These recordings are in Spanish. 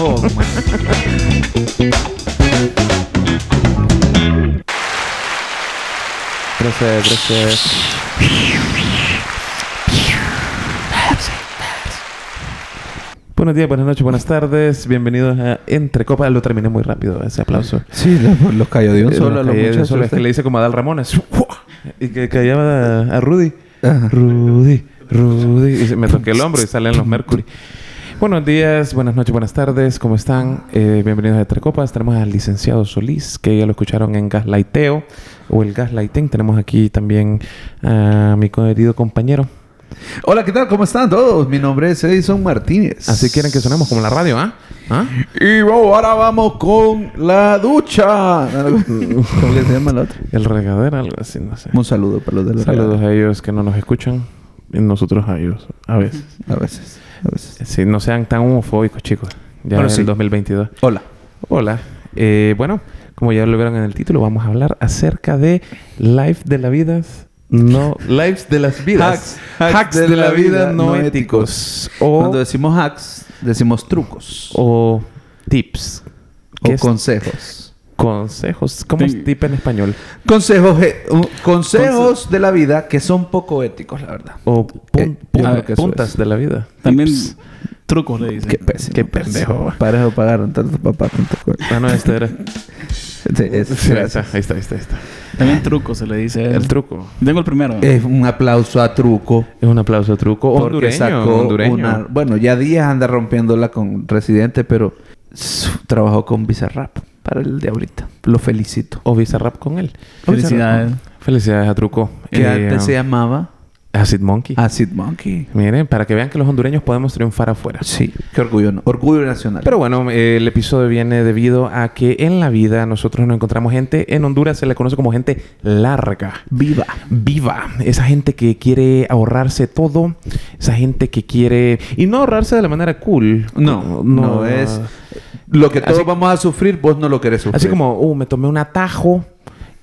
Oh, man. Procede, procede. Buenos días, buenas noches, buenas tardes. Bienvenidos a Entre Copas. Lo terminé muy rápido ese aplauso. Sí, lo- los cayó de un Eh, solo a los caí de muchachos. solo, es que le hice como a Dal Ramones. Y que caía a, a Rudy. Ajá. Rudy, Rudy. Y se- me toqué el hombro y salen los Mercury. Buenos días, buenas noches, buenas tardes. ¿Cómo están? Eh, bienvenidos a Tres Copas. Tenemos al licenciado Solís, que ya lo escucharon en Gaslighteo o el Gaslighting. Tenemos aquí también a mi querido compañero. Hola, ¿qué tal? ¿Cómo están todos? Mi nombre es Edison Martínez. Así quieren que sonemos como la radio, ¿ah? ¿Ah? Y wow, ahora vamos con la ducha. ¿Cómo que se llama la otra? El regadero, algo así, no sé. Un saludo para los de la Saludos a ellos que no nos escuchan y nosotros a ellos a veces. A veces, a veces. Sí, no sean tan homofóbicos, chicos. Ya Pero en sí. el 2022. Hola. Hola. Eh, bueno, como ya lo vieron en el título, vamos a hablar acerca de life de la vida. No, lives de las vidas. Hacks. Hacks de la vida no O, Cuando decimos hacks, decimos trucos o, o tips. ¿Qué es? consejos. consejos. ¿Cómo es tip en español? Consejos, eh, uh, consejos de la vida que son poco éticos, la verdad. O pun- Eh, yo pun- creo que eso puntas es. de la vida. También Tips. trucos le dicen. pésimo. Qué pendejo. Para eso pagaron tanto papá, tanto cuerpo. Ah, no, este era. Sí, es- Sí, ahí está, gracias. ahí está, ahí está, ahí está. Eh. También trucos se le dice. El truco. Tengo el primero. Es un aplauso a Truco. Es un aplauso de truco. Porque Hondureño. sacó hondureño. una... Bueno, ya Díaz anda rompiéndola con Residente, pero su- trabajó con Bizarrap para el de ahorita. Lo felicito. O Bizarrap con él. Felicidades. Felicidades a Truco. Que Eh, antes se Ah. llamaba Acid Monkey. Acid Monkey. Miren, para que vean que los hondureños podemos triunfar afuera. Sí. Qué orgullo. ¿no? Orgullo nacional. Pero bueno, eh, el episodio viene debido a que en la vida nosotros nos encontramos gente, en Honduras se le conoce como gente larga. viva. Viva, esa gente que quiere ahorrarse todo, esa gente que quiere. Y no ahorrarse de la manera cool. No, no, es... Lo que todos Así- vamos a sufrir, vos no lo querés sufrir. Así como, uh, me tomé un atajo,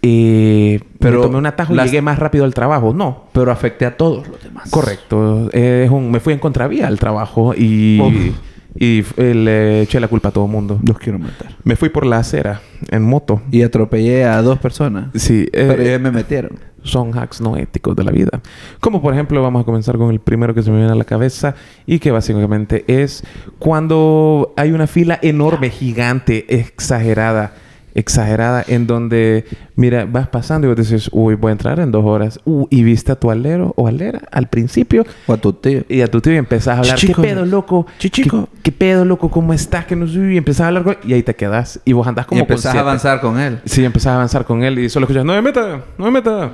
eh, Pero me tomé un atajo las- y llegué más rápido al trabajo. No, Pero afecte a todos los demás. Correcto. Eh, es un, me fui en contravía al trabajo y, Uf. y f- eh, le eché la culpa a todo el mundo. Los quiero matar. Me fui por la acera en moto. Y atropellé a dos personas. Sí, eh, Pero ya me metieron. son hacks no éticos de la vida. Como por ejemplo, vamos a comenzar con el primero que se me viene a la cabeza y que básicamente es cuando hay una fila enorme, gigante, exagerada, exagerada, en donde, mira, vas pasando y vos dices, uy, voy a entrar en dos horas. Uh, y viste a tu alero o alera al principio O a tu tío. Y a tu tío y empezás a hablar, Chichico. ¿qué pedo, loco? Chichico. ¿Qué, qué pedo, loco? ¿Cómo estás? Que no sé. Y empezás a hablar con... Y ahí te quedás. Y vos andás como y empezás con a siete. avanzar con él. Sí, empezás a avanzar con él y solo escuchas, no me meta, no me meta.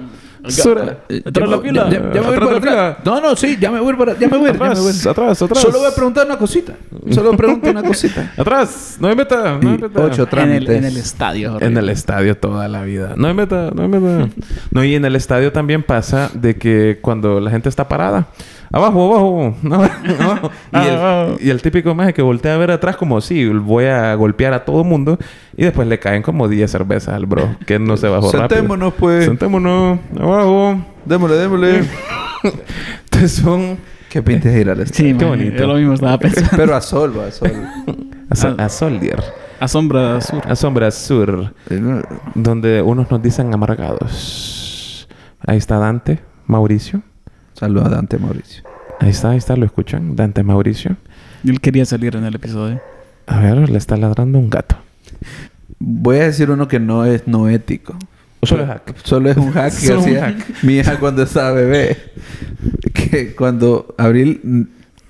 Sura. Eh, Atrás ya la me- fila. Ya, ya me voy Atrás para la atrás. fila. No, no, sí, ya me voy para ya me voy, ya me voy. Atrás, atrás, atrás. Solo voy a preguntar una cosita. Solo pregunto una cosita. Atrás, no me meta, no me Y meta. ocho En el, trámites. en el estadio. En el estadio toda la vida. No me meta, no me meta. no, y en el estadio también pasa de que cuando la gente está parada, abajo, abajo, no, abajo. Y Abajo. el, y el típico más que voltea a ver atrás como sí, voy a golpear a todo mundo y después le caen como 10 cervezas al bro, que no se bajó rápido. Sentémonos, pues. Sentémonos, abajo. Démosle, démosle. Entonces son Qué pintes girar esto. Sí, Qué man, bonito. Yo lo mismo estaba pensando. Pero a sol, va, a sol. a, Sol- Ah. a Soldier, A sombra azul. a Sombra Sur, Eh, donde unos nos dicen amargados. Ahí está Dante, Mauricio. Saludos a Dante Mauricio. Ahí está, ahí está, lo escuchan. Dante Mauricio. Él quería salir en el episodio. A ver, le está ladrando un gato. Voy a decir uno que no es no ético. Solo es hack. Solo es un hack que Solo un hacía hack. mi hija cuando estaba bebé. Que cuando Abril mm,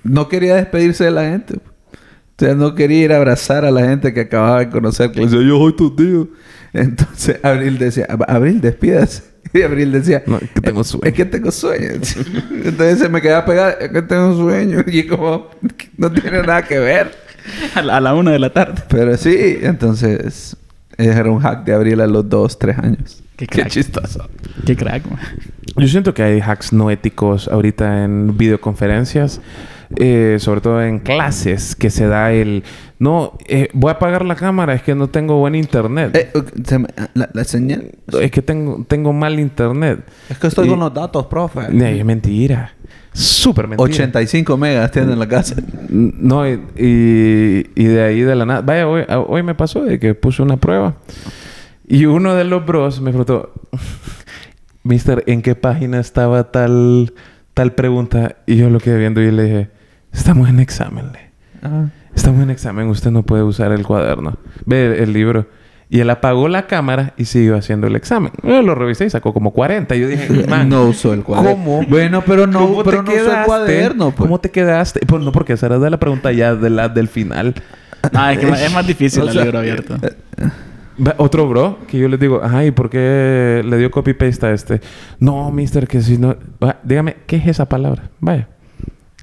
no quería despedirse de la gente. pues. O sea, no quería ir a abrazar a la gente que acababa de conocer. Que decía, yo soy tu tío. Entonces Abril decía, "Ab- Abril, despídase. Y Abril decía, No, es que tengo sueño. Es que tengo sueño. Entonces se me quedaba pegada, es que tengo sueño. Y como, no tiene nada que ver. A la, a la una de la tarde. Pero sí, entonces, ese era un hack de Abril a los dos, tres años. Qué crack. chistoso. Qué crack, man. Yo siento que hay hacks no éticos ahorita en videoconferencias, eh, sobre todo en clases, que se da el... No, eh, voy a apagar la cámara, es que no tengo buen internet. Eh, ok, se me- la, la señal. es que tengo, tengo mal internet. Es que estoy Y- con los datos, profe. Ay, es mentira. Súper mentira. 85 megas tiene en la casa. No, y, y- y de ahí de la nada. Vaya, hoy, a- hoy me pasó de que puse una prueba. Y uno de los bros me preguntó, Mister, ¿en qué página estaba tal, tal pregunta? Y yo lo quedé viendo y le dije, estamos en examen. le. Estamos en examen, usted no puede usar el cuaderno. Ve el, el libro. Y él apagó la cámara y siguió haciendo el examen. Yo lo revisé y sacó como 40. Yo dije, man, no usó el cuaderno. ¿Cómo? Bueno, pero no, ¿Cómo te pero no usó el quedaste? cuaderno. Pues. ¿Cómo te quedaste? Pues no, porque esa era de la pregunta ya de la, del final. Ah, es que es más difícil O el sea, eh, libro abierto. Va- Otro bro, que yo les digo, ay, ¿por qué le dio copy-paste a este? No, mister, que si no... Va, dígame, ¿qué es esa palabra? Vaya.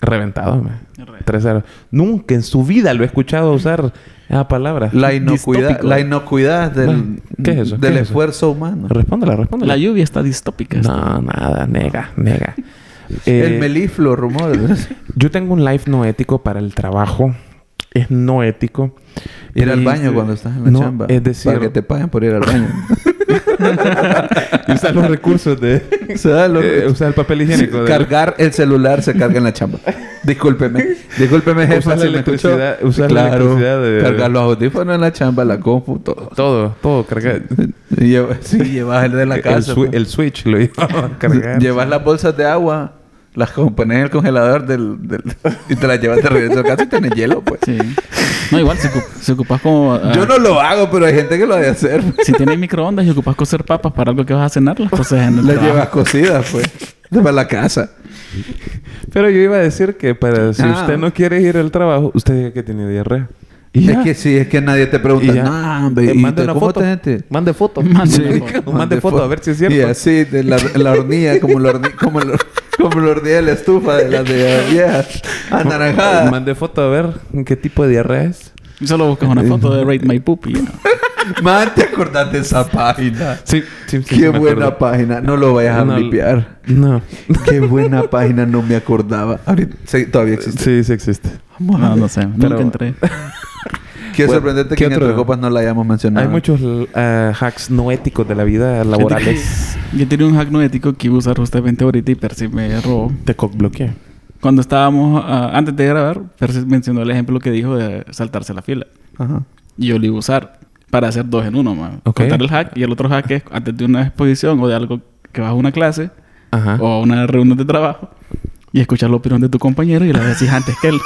Reventado, man. Re- 3-0. Nunca en su vida lo he escuchado usar esa palabra. La inocuidad, Distópico. la inocuidad del, Bueno, ¿qué es eso? del ¿Qué es eso? esfuerzo humano. Respóndela, respóndela. La lluvia está distópica. eh, No, nada, nega, nega. Eh, el melifluo rumor. Yo tengo un life no ético para el trabajo. Es no ético. ir al Y- baño cuando estás en la No, chamba. Es decir, Para que te paguen por ir al baño. y usar los recursos de. O sea, lo- eh, usar el papel higiénico. de- Cargar el celular se carga en la chamba. Discúlpeme. Discúlpeme, jefa, Usar la si me escuchó. electricidad- usar la claro, electricidad de- Cargar los audífonos en la chamba, la compu, todo. Todo, todo cargado. Y lleva- sí, llevas el de la casa. el, pues. swi- el switch lo llevaba cargado. Llevas las bolsas de agua, las pones en el congelador del, del- y te las llevas de regreso a casa y tienes hielo, pues. Sí. No, igual, si, ocu- si ocupas como... ah, Yo no lo hago, pero hay gente que lo ha de hacer. pues. Si tienes microondas y ocupas cocer papas para algo que vas a cenar, las cosas en el Las trabajo. llevas cocidas, pues. Para la casa. Pero yo iba a decir que para si Ah. usted no quiere ir al trabajo, usted diga que tiene diarrea. Y Es ya. que sí, es que nadie te pregunta. Y ya. No, hombre, Eh, ¿y mande te- una cómo foto. te gente? Mande foto. Mande Sí. foto. Mande foto, a ver si es cierto. Y así, de la, la hornilla, como la hornilla, como la, como la hornilla de la estufa de las de viejas. Anaranjada. Mande Eh, foto a ver qué tipo de diarrea es. Y Solo buscas una foto de Rate My Poop y ya. Man, ¿te acordás de esa página? Sí, sí, sí. Qué me buena acuerdo. página. No lo vayas a No. limpiar. No. Qué buena página, no me acordaba. Ahorita, sí, todavía existe. Sí, sí existe. Vamos a No, ver. no sé. Pero- Nunca entré. Quiero Bueno, sorprenderte ¿qué que en otro? Entre Copas no la hayamos mencionado. Hay muchos eh, hacks no éticos de la vida laborales. Yo tenía un hack no ético que iba a usar justamente ahorita y Percy me robó. Te cockbloquea. Cuando estábamos... ah, antes de grabar, Percy mencionó el ejemplo que dijo de saltarse la fila. Ajá. Y yo lo iba a usar para hacer dos en uno, man. Ok. Contar el hack y el otro hack es antes de una exposición o de algo que vas a una clase Ajá. Oh, o a una reunión de trabajo y escuchar la opinión de tu compañero y la decís antes que él.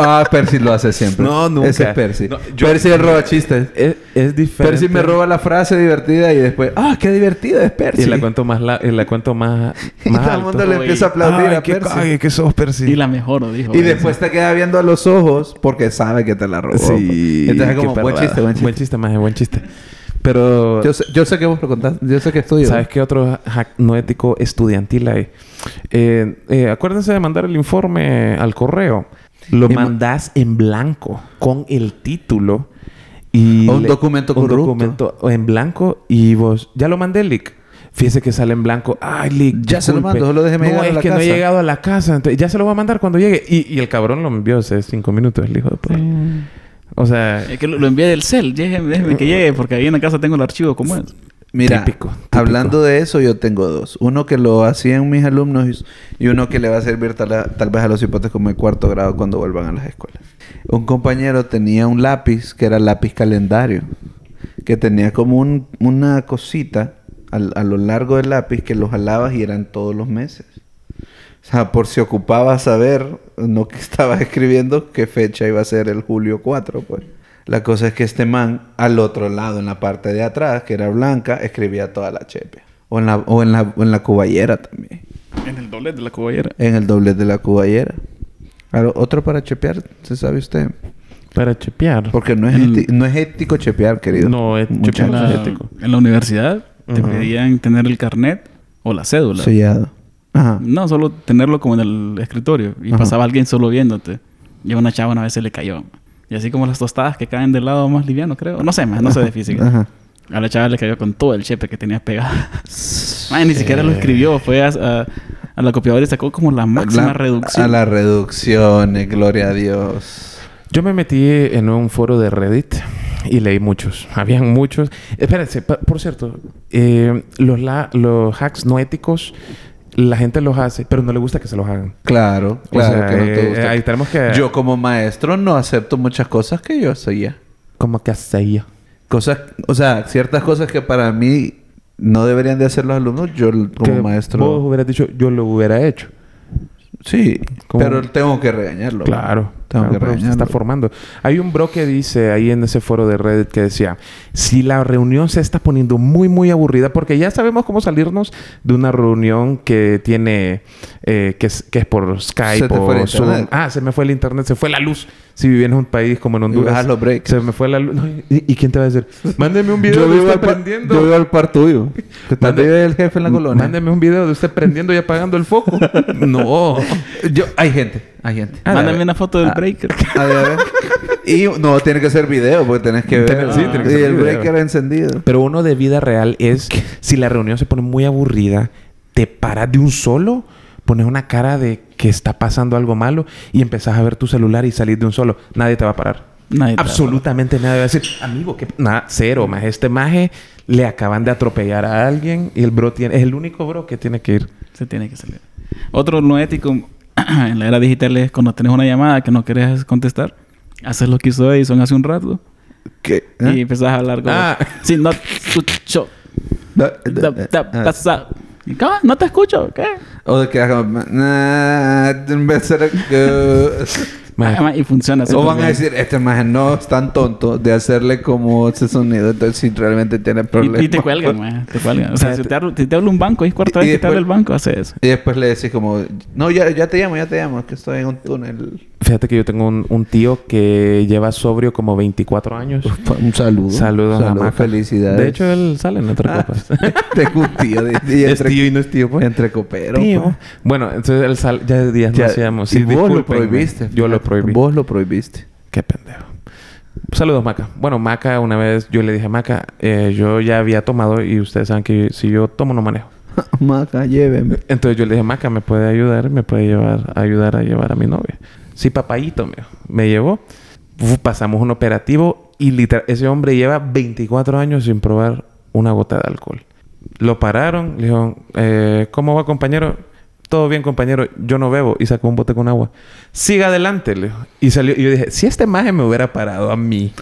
Ah, Percy lo hace siempre. No, nunca. Ese es Percy. No, yo- Percy el roba chistes. Es, es diferente. Percy me roba la frase divertida y después, ah, qué divertida es Percy. Y la cuento más... La, y la cuento más... Y más todo el alto. mundo le empieza a aplaudir Ay, a qué Percy. cague que sos Percy. Y la mejoro, dijo. Y después te queda viendo a los ojos porque sabe que te la robó. Sí. pues. Entonces es qué como, buen perrada. chiste, buen chiste. maje, buen chiste. Pero... Yo sé, yo sé que vos lo contaste. Yo sé que estudio. ¿Sabes qué otro hack no ético estudiantil hay? Eh, eh, acuérdense de mandar el informe al correo. Lo Y ma- mandás en blanco con el título y O un documento un corrupto. documento en blanco y vos ya lo mandé Lick. Fíjese que sale en blanco. Ay, Lick. Ya se lo disculpe. mando, solo déjeme No, llegar a es la que no he casa. llegado a la casa. Entonces, ya se lo voy a mandar cuando llegue. Y, y el cabrón lo envió hace cinco minutos, el hijo de puta. O sea, Eh, Es que lo, lo envié del cel. Déjeme, déjeme que llegue porque ahí en la casa tengo el archivo. ¿Cómo es? Mira, Típico, típico. hablando de eso, yo tengo dos. Uno que lo hacían mis alumnos y uno que le va a servir tal, tal vez a los hipotes como de cuarto grado cuando vuelvan a las escuelas. Un compañero tenía un lápiz que era lápiz calendario, que tenía como un- una cosita al- a lo largo del lápiz que lo jalabas y eran todos los meses. O sea, por si ocupabas saber, no que estabas escribiendo, qué fecha iba a ser el julio 4, pues. La cosa es que este man, al otro lado, en la parte de atrás, que era blanca, escribía toda la chepe. O en la, o en la, o en la cuballera también. En el doble de la coballera. En el doble de la cuballera. Claro, otro para chepear, se sabe usted. para chepear. Porque no es, El- éti- no es ético chepear, querido. No, es En chepear no la, es ético. en la universidad te Ujú. pedían tener el carnet o la cédula. Sellado. Ajá. No, solo tenerlo como en el escritorio. Y Ajá. pasaba alguien solo viéndote. Y a una chava una vez se le cayó. Y así como las tostadas que caen del lado más liviano, creo. No sé, más, no sé de física. Ajá. A la chava le cayó con todo el chepe que tenía pegado. Man, ni siquiera lo escribió. Fue a, a- a la copiadora y sacó como la máxima La- reducción. A las reducciones, gloria a Dios. Yo me metí en un foro de Reddit y leí muchos. Habían muchos. Espérense, pa- por cierto, eh, los, la- los hacks no éticos la gente los hace, pero no le gusta que se los hagan. Claro, claro sea, que no te eh, gusta. ahí tenemos que- Yo como maestro no acepto muchas cosas que yo hacía. Como que hacía. Cosas, o sea, ciertas cosas que para mí no deberían de hacer los alumnos, yo l- como Que maestro. Vos hubieras dicho, yo lo hubiera hecho. Sí, como- pero tengo que regañarlo. Claro. Tengo claro, que pero se regañarlo. está formando. Hay un bro que dice ahí en ese foro de Reddit que decía, si la reunión se está poniendo muy, muy aburrida, porque ya sabemos cómo salirnos de una reunión que tiene, eh, que, es, que es por Skype Se te o fue el Zoom. internet. Ah, se me fue el internet, se fue la luz. Si vives en un país como en Honduras. bajas los breaks. Se me fue la luz. No, ¿y, y quién te va a decir? Mándeme un video Yo de vivo, usted al par, prendiendo. yo vivo al par tuyo. Que tal Mande- vive el jefe en la colonia. Mándeme un video de usted prendiendo y apagando el foco. no. Yo, hay gente, hay gente. Ah, Mándame la- una foto del ah. breaker. A ver, a ver. Y no, tiene que ser video, porque tenés que ver. Tiene- Ah, sí, tiene que ser y el video. breaker encendido. Pero uno de vida real es si la reunión se pone muy aburrida, te paras de un solo, pones una cara de que está pasando algo malo y empezás a ver tu celular y salir de un solo. Nadie te va a parar. Nadie te va a Absolutamente nadie va a decir, amigo, que nada, cero, más este maje le acaban de atropellar a alguien y el bro tiene es el único bro que tiene que ir. Se tiene que salir. Otro no ético en la era digital es cuando tenés una llamada que no querés contestar. Haces lo que hizo Edison hace un rato ¿Qué? y empezás a hablar con... Ah. Si no te escucho, Da- da- da- da- ah. pasa. ¿Y ¿Cómo? No te escucho. ¿Qué? O de que hagan. "Nah, en vez de ser que-" Maje, Ah, Y funciona. O súper van a bien. decir, este imagen no es tan tonto de hacerle como ese sonido, entonces si realmente tiene problemas. Y, y te cuelgan, man. Te cuelgan. O sea, si Fíjate. te, hablo- si te habla un banco, es cuarta Y- y vez que te habla el después- banco, hace eso. Y después le decís como, no, ya, ya te llamo, ya te llamo, es que estoy en un túnel. Fíjate que yo tengo un, un tío que lleva sobrio como 24 años. Un saludo. Saludos a la maca. felicidades. De hecho, él sale en entre Ah, copas. tengo un tío. de- y Es entre, tío y no es tío, pues. Entre copero. Tío. pues. Bueno, entonces el sal ya de días Ya- no hacíamos. y Sí, vos lo discúlpenme. prohibiste. Yo lo fíjate. prohibí. Vos lo prohibiste. Qué pendejo. Saludos, Maca. Bueno, Maca, una vez yo le dije, Maca, eh, yo ya había tomado y ustedes saben que si yo tomo, no manejo. Maca, llévenme. Entonces yo le dije, Maca, ¿me puede ayudar? ¿Me puede llevar, ayudar a llevar a mi novia? Sí, papayito, me, dijo. me llevó. Uf, pasamos un operativo y literal, ese hombre lleva 24 años sin probar una gota de alcohol. Lo pararon, le dijeron, "Eh, ¿cómo va, compañero? Todo bien, compañero, yo no bebo. Y sacó un bote con agua. Siga adelante, le dijo. Y salió. Y yo dije, si este maje me hubiera parado a mí,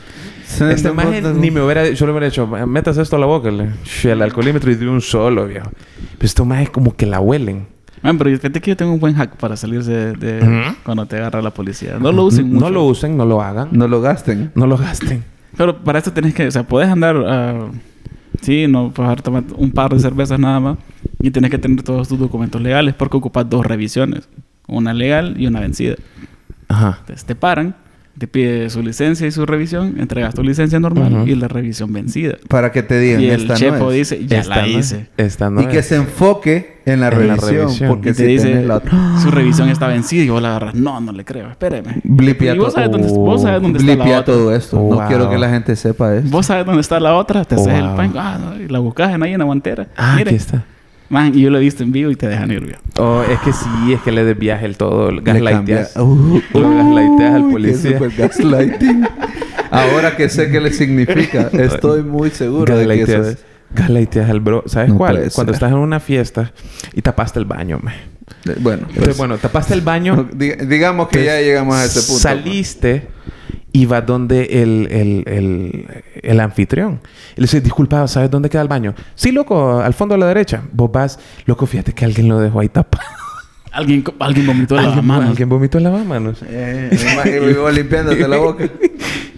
esta imagen Este ni me hubiera... Yo le hubiera dicho, metas esto a la boca. Le. Sh, El alcoholímetro y de un solo, viejo. Pero esto más es como que la huelen. Man, pero fíjate que yo tengo un buen hack para salirse de, de Ujú. cuando te agarra la policía. No lo usen mucho. No lo usen, no lo hagan. No, No lo gasten. lo gasten. Pero para eso tenés que... O sea, puedes andar... ah, sí, no puedes tomar un par de cervezas nada más. Y tenés que tener todos tus documentos legales porque ocupas dos revisiones. Una legal y una vencida. Ajá. Entonces te paran, te pide su licencia y su revisión. Entregas tu licencia normal Ujú. y la revisión vencida. Para que te digan, Y el esta no chepo es. dice, ya Esta la no es- hice. Esta no y que es. se enfoque en la, En la revisión, revisión. Y Porque te si dice, tenés la otra... su revisión está vencida y vos la agarras. No, no le creo, espéreme. Blipea y vos todo. sabes dónde, vos sabes dónde está la Blipea otra. todo esto. No Wow. quiero que la gente sepa esto. Vos sabes dónde está la otra, te haces Wow. el pan. Ah, no, y la buscas en ahí en la guantera. Ah, Mire, aquí está. Man, y yo lo he visto en vivo y te dejan ir viejo. Oh, es que sí, es que le desviaje el todo. el Le cambia. Gaslighteas. Uh, Lo gaslighteas al uy, qué policía. super gaslighting. Ahora que sé qué le significa, estoy muy seguro de que eso Gaslighteas. es. Gaslighteas al bro. ¿Sabes No cuál? puede Cuando ser. estás en una fiesta y tapaste el baño, man. Eh, Bueno, Entonces, pues, bueno, pues, tapaste el baño. no, diga- digamos que ya Entonces, llegamos a ese punto. pues. Saliste y vas donde el, el, el, el anfitrión. Y le dices, disculpa, ¿sabes dónde queda el baño? Sí, loco, al fondo a la derecha. Vos vas, loco, fíjate que alguien lo dejó ahí tapado. Alguien, co- alguien vomitó la alguien, mano. alguien vomitó en lavamanos. pues. Eh, ima- y vivo limpiándote la boca.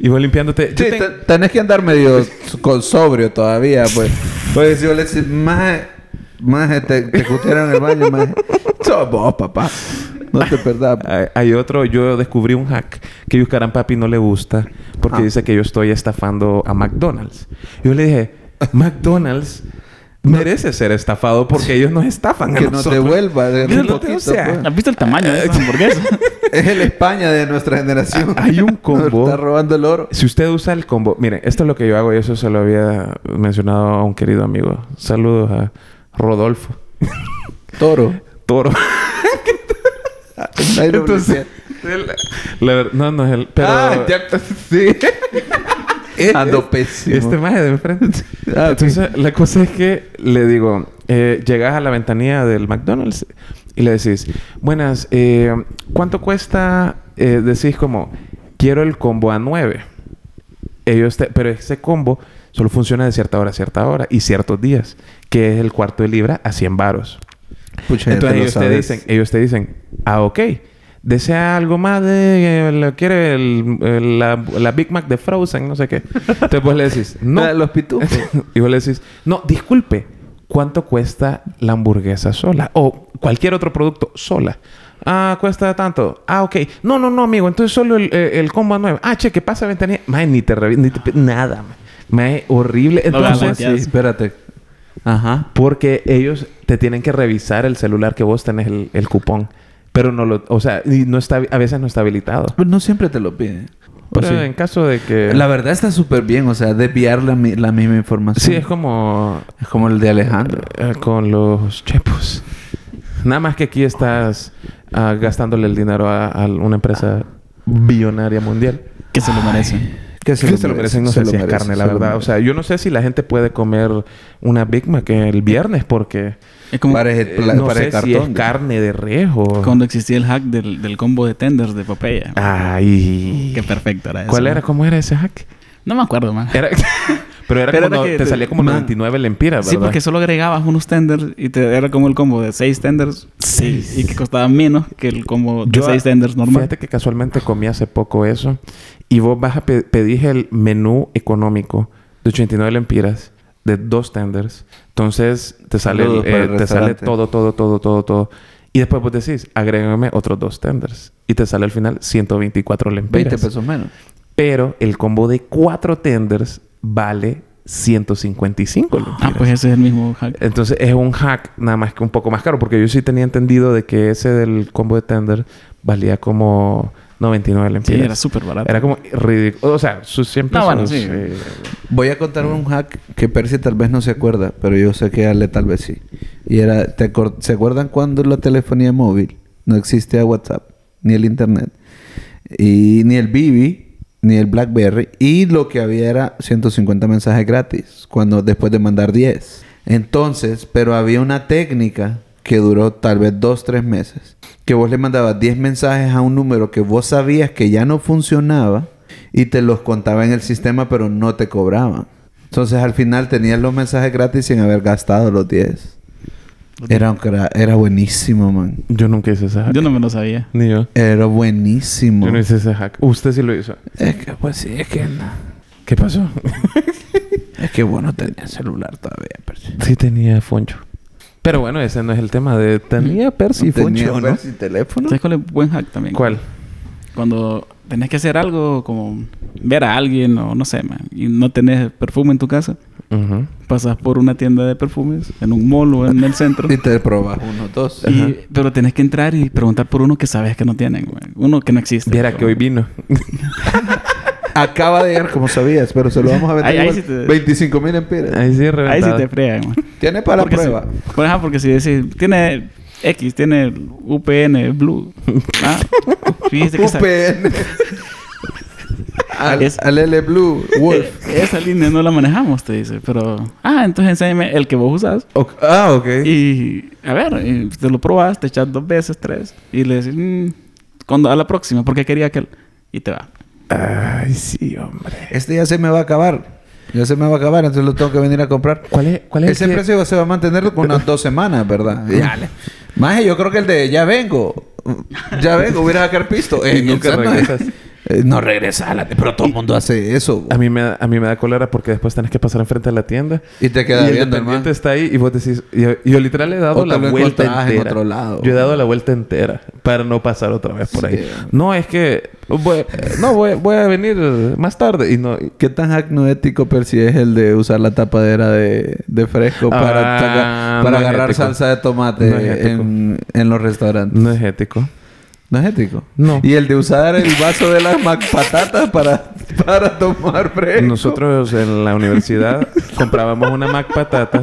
Y vos limpiándote. Sí, Yo te- te- tenés que andar medio s- con sobrio todavía, pues. Pues yo le decía, más, más te, te escucharon en el baño, más. Sos vos, papá. No te perdás. Hay, hay otro, yo descubrí un hack que Yuscaran Papi no le gusta porque Ah. dice que yo estoy estafando a McDonald's. Yo le dije, McDonald's merece ser estafado porque ellos nos estafan. a Que no Ah, nosotros". te vuelva de Mira, un no te- o poquito, sea, pues. ¿Has visto el tamaño de esa Eh, hamburguesa? Es el España de nuestra generación. Ah, hay un combo. Nos está robando el oro. Si usted usa el combo, miren, esto es lo que yo hago y eso se lo había mencionado a un querido amigo. Saludos a Rodolfo Toro. Toro. Ahí lo Entonces, él- la ver- no, no es él, pero Ah, ya. Sí. Eh, Ando pésimo. este maje de enfrente. Ah, ok. Entonces, la cosa es que le digo, eh, llegas a la ventanilla del McDonald's y le decís, buenas, eh, ¿cuánto cuesta? Eh, decís como, quiero el combo a 9. Ellos te- pero ese combo solo funciona de cierta hora a cierta hora y ciertos días, que es el cuarto de libra a 100 varos. Pucha, ya te Entonces lo ellos te, sabes. dicen, ellos te dicen, ah, ok. ¿Desea algo más de... eh, lo- ¿Quiere el- el- la, la Big Mac de Frozen? No sé qué. Entonces vos le decís... No. La de Ah, los pitufos. y vos le decís... No, disculpe. ¿Cuánto cuesta la hamburguesa sola? O cualquier otro producto sola. Ah, cuesta tanto. Ah, ok. No, no, no, amigo. Entonces solo el, eh, el combo a nueve. Ah, che, que pasa ventanilla. Mae, ni te revi- ni te- Nada, mae. Mae, horrible. No, Entonces... la- ¿Cómo así? Espérate. Ajá. Porque ellos te tienen que revisar el celular que vos tenés el, el cupón. Pero no lo... O sea, y no está, a veces no está habilitado. Pero no siempre te lo piden. Pero ¿O sí? en caso de que... La verdad está súper bien, o sea, desviar la, mi- la misma información. Sí, es como... Es como el de Alejandro. eh, con los chepos. Nada más que aquí estás ah, gastándole el dinero a, a una empresa billonaria mundial. Que se lo merece. Que Que se lo merecen, no sé si es carne, la verdad. O sea, yo no sé si la gente puede comer una Big Mac el viernes porque... Es como Parece- eh, pla- no sé parece si cartón, es ¿no? carne de rejo. cuando existía el hack del, del combo de tenders de Popeye. Ay. Qué perfecto era eso. Ah. ¿Cuál ¿no? era? ¿Cómo era ese hack? No me acuerdo más. Era... Pero era Pero como... era no- que te te- salía como man. 99 lempiras, ¿verdad? Sí, porque solo agregabas unos tenders y te era como el combo de 6 tenders. Sí. Y que costaba menos que el combo de Yo- 6 tenders normal. Fíjate que casualmente comí hace poco eso. Y vos vas a pe- pedir el menú económico de 89 lempiras de dos tenders. Entonces te sale, el- Saludos para eh, el te sale restaurante. todo, todo, todo, todo, todo. Y después vos decís, agrégame otros dos tenders. Y te sale al final 124 lempiras. 20 pesos menos. Pero el combo de cuatro tenders vale 155 lempiras. Ah, pues ese es el mismo hack. Entonces es un hack nada más que un poco más caro, porque yo sí tenía entendido de que ese del combo de tender valía como 99 Sí, lempiras. era súper barato. Era como ridículo. O sea, sus 100 No, pesos. bueno, sí. eh, Voy a contar un hack que Percy tal vez no se acuerda, pero yo sé que Ale tal vez sí. Y era, ¿te acor- ¿se acuerdan cuando la telefonía móvil no existía WhatsApp, ni el internet, y ni el Bibi, ni el BlackBerry? Y lo que había era 150 mensajes gratis, cuando después de mandar 10. Entonces, pero había una técnica que duró tal vez 2, 3 meses, que vos le mandabas 10 mensajes a un número que vos sabías que ya no funcionaba y te los contaba en el sistema, pero no te cobraban. Entonces al final tenías los mensajes gratis sin haber gastado los 10. Era, un cra- era buenísimo, man. Yo nunca hice ese hack. Yo no me lo sabía. Ni yo. Era buenísimo. Yo no hice ese hack. Usted sí lo hizo. Es que, pues sí, es que no. ¿Qué pasó? Es que vos no tenías celular todavía, pero... sí tenía Foncho. Pero bueno, ese no es el tema de... Tenía Percy Foncho, ¿no? Mm. Percy pues, teléfono? ¿Sabes cuál es buen hack también? ¿Cuál? Cuando tenés que hacer algo como ver a alguien o no sé, man, y no tenés perfume en tu casa, Ujú. pasas por una tienda de perfumes en un mall o en el centro. Y te probas uno, dos. y- pero tenés que entrar y preguntar por uno que sabes que no tienen, man. uno que no existe. Viera que hoy vino. Acaba de llegar, como sabías, pero se lo vamos a vender. Ahí- ahí igual. sí te- 25 mil empiras. Ahí sí Ahí sí reventado. te fregan, man. Tiene para Porque prueba. si- por ejemplo, porque si decís, tiene X, tiene UPN, Blue. Ah, fíjese que esa, Ah, UPN. al, Es- al L Blue Wolf. eh, esa línea no la manejamos, te dice. Pero, ah, entonces enséñame el que vos usas. Ok- Ah, ok. Y, a ver, y te lo probás, te echas dos veces, tres. Y le decís, mm, cuando, a la próxima, porque quería aquel. Y te va. Ay, sí, hombre. Este ya se me va a acabar. Ya se me va a acabar, entonces lo tengo que venir a comprar. ¿Cuál es, cuál es Ese el que- precio se va a mantener con unas dos semanas, ¿verdad? Ya le- Maje, yo creo que el de ya vengo. Ya vengo, voy a ir a sacar pisto. Eh, Y nunca esa no es- regresas. Eh, no regresas, la- pero todo el mundo hace eso. A mí, me da, a mí me da cólera porque después tenés que pasar enfrente de la tienda. Y te queda y el viendo, el dependiente man. está ahí y vos decís... y Yo, yo literal he dado O te la lo vuelta encontrás en entera. otro lado. Yo he dado la vuelta entera para no pasar otra vez por ahí. Sí. No, es que... voy- no, voy, voy a venir más tarde. Y no... y- ¿Qué tan hack no ético, Percy, es el de usar la tapadera de, de fresco para, Ah, saca- no para es agarrar ético. salsa de tomate No es ético. en, en los restaurantes? No es ético. ¿No es ético? No. Y el de usar el vaso de las macpatatas para, para tomar Eh. fresco. Nosotros en la universidad comprábamos una Mac patata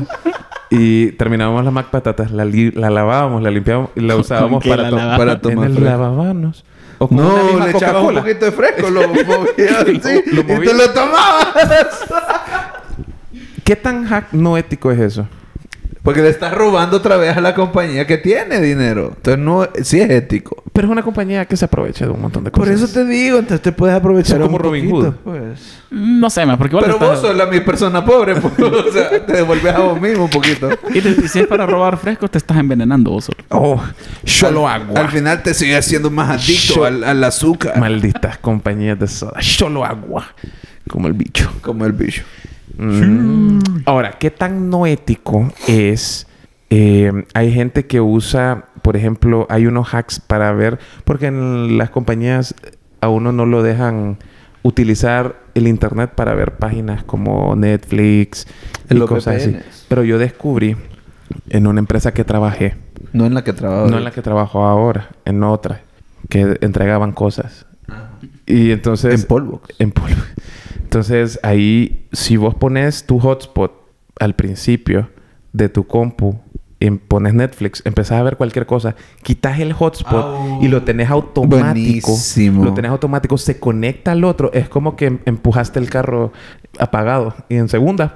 y terminábamos las Mac patatas, la, li- la lavábamos, la limpiábamos y la ¿Con usábamos qué para, la to- lavabas? para tomar En el fresco. lavabanos. O con una No, misma le echabas un Coca-Cola. poquito de fresco, lo movías así Lo movías. y te lo tomabas. ¿Qué tan hack no ético es eso? Porque le estás robando otra vez a la compañía que tiene dinero. Entonces, no, sí es ético. Pero es una compañía que se aprovecha de un montón de Por cosas. eso te digo, entonces te puedes aprovechar Son como un Robin poquito, Hood. pues. No sé, más, porque igual Pero estás- vos sos la mi persona pobre, pues. o sea, te devolves a vos mismo un poquito. Y, te- y si es para robar frescos, te estás envenenando vos solo. Oh, yo Al- lo hago. Al final te sigues siendo más adicto Yo- al, al azúcar. Malditas compañías de soda. Yo lo hago. Como el bicho. Como el bicho. Mm. Ahora, ¿qué tan no ético es? eh, hay gente que usa, por ejemplo, hay unos hacks para ver, porque en las compañías a uno no lo dejan utilizar el internet para ver páginas como Netflix y Los cosas así. VPNs. Pero yo descubrí en una empresa que trabajé, No en la que trabajo. no en la que trabajo ahora, en otra, que entregaban cosas. Y entonces... En polvo. En polvo. Entonces, ahí, si vos pones tu hotspot al principio de tu compu, en- pones Netflix, empezás a ver cualquier cosa, quitas el hotspot Au. y lo tenés automático. Buenísimo. Lo tenés automático, se conecta al otro. Es como que em- empujaste el carro apagado y en segunda.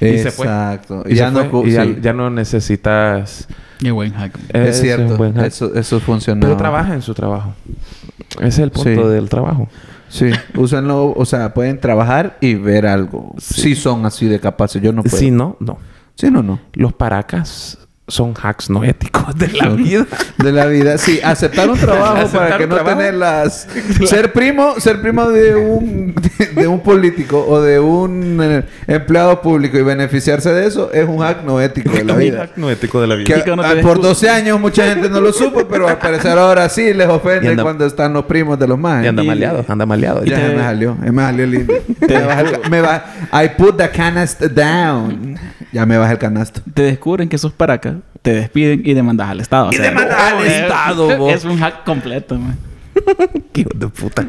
Y se fue. Exacto. Y ya, se no, fue. cu- Y ya, sí. ya no necesitas. Qué buen hack. Ese Es un cierto. buen hack. eso, eso funciona. Pero trabaja en su trabajo. Ese es el punto Sí. del trabajo. Sí. Úsenlo. O sea, pueden trabajar y ver algo. Si son así de capaces. Yo no puedo. Si no, no. Sí, no, no. los paracas son hacks no éticos de la vida. De la vida, sí, aceptar un trabajo Aceptar para que un no trabajo. tener las ser primo, ser primo de un de, un político o de un eh, empleado público y beneficiarse de eso es un hack no ético de la vida. no ético de la Que, Y que no te ah, des por gusto. 12 años mucha gente no lo supo, pero al parecer ahora sí les ofende Y anda- cuando están los primos de los más. Y anda maleado, anda maleado. Este, Ya me salió, ya me salió lindo. Me baja el ca- me va, I put the canasta down. Ya me baja el canasto. Te descubren que sos paraca, te despiden y demandas al Estado. Y demandas al Estado, vos. Es un hack completo, man. Qué hijo de puta.